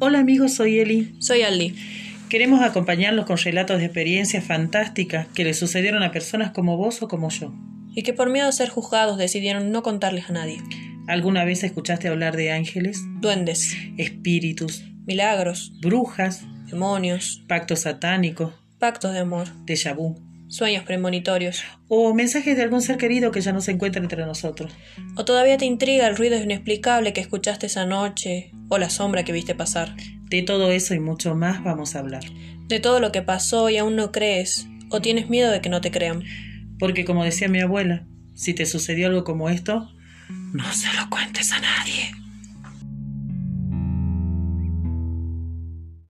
Hola amigos, soy Eli. Soy Aldi. Queremos acompañarlos con relatos de experiencias fantásticas que le sucedieron a personas como vos o como yo. Y que por miedo a ser juzgados decidieron no contarles a nadie. ¿Alguna vez escuchaste hablar de ángeles, Duendes, espíritus, milagros, brujas, demonios, pactos satánicos, pactos de amor, déjà vu? sueños premonitorios. O mensajes de algún ser querido que ya no se encuentra entre nosotros. ¿O todavía te intriga el ruido inexplicable que escuchaste esa noche o la sombra que viste pasar? De todo eso y mucho más vamos a hablar. De todo lo que pasó y aún no crees o tienes miedo de que no te crean. Porque como decía mi abuela, si te sucedió algo como esto, no se lo cuentes a nadie.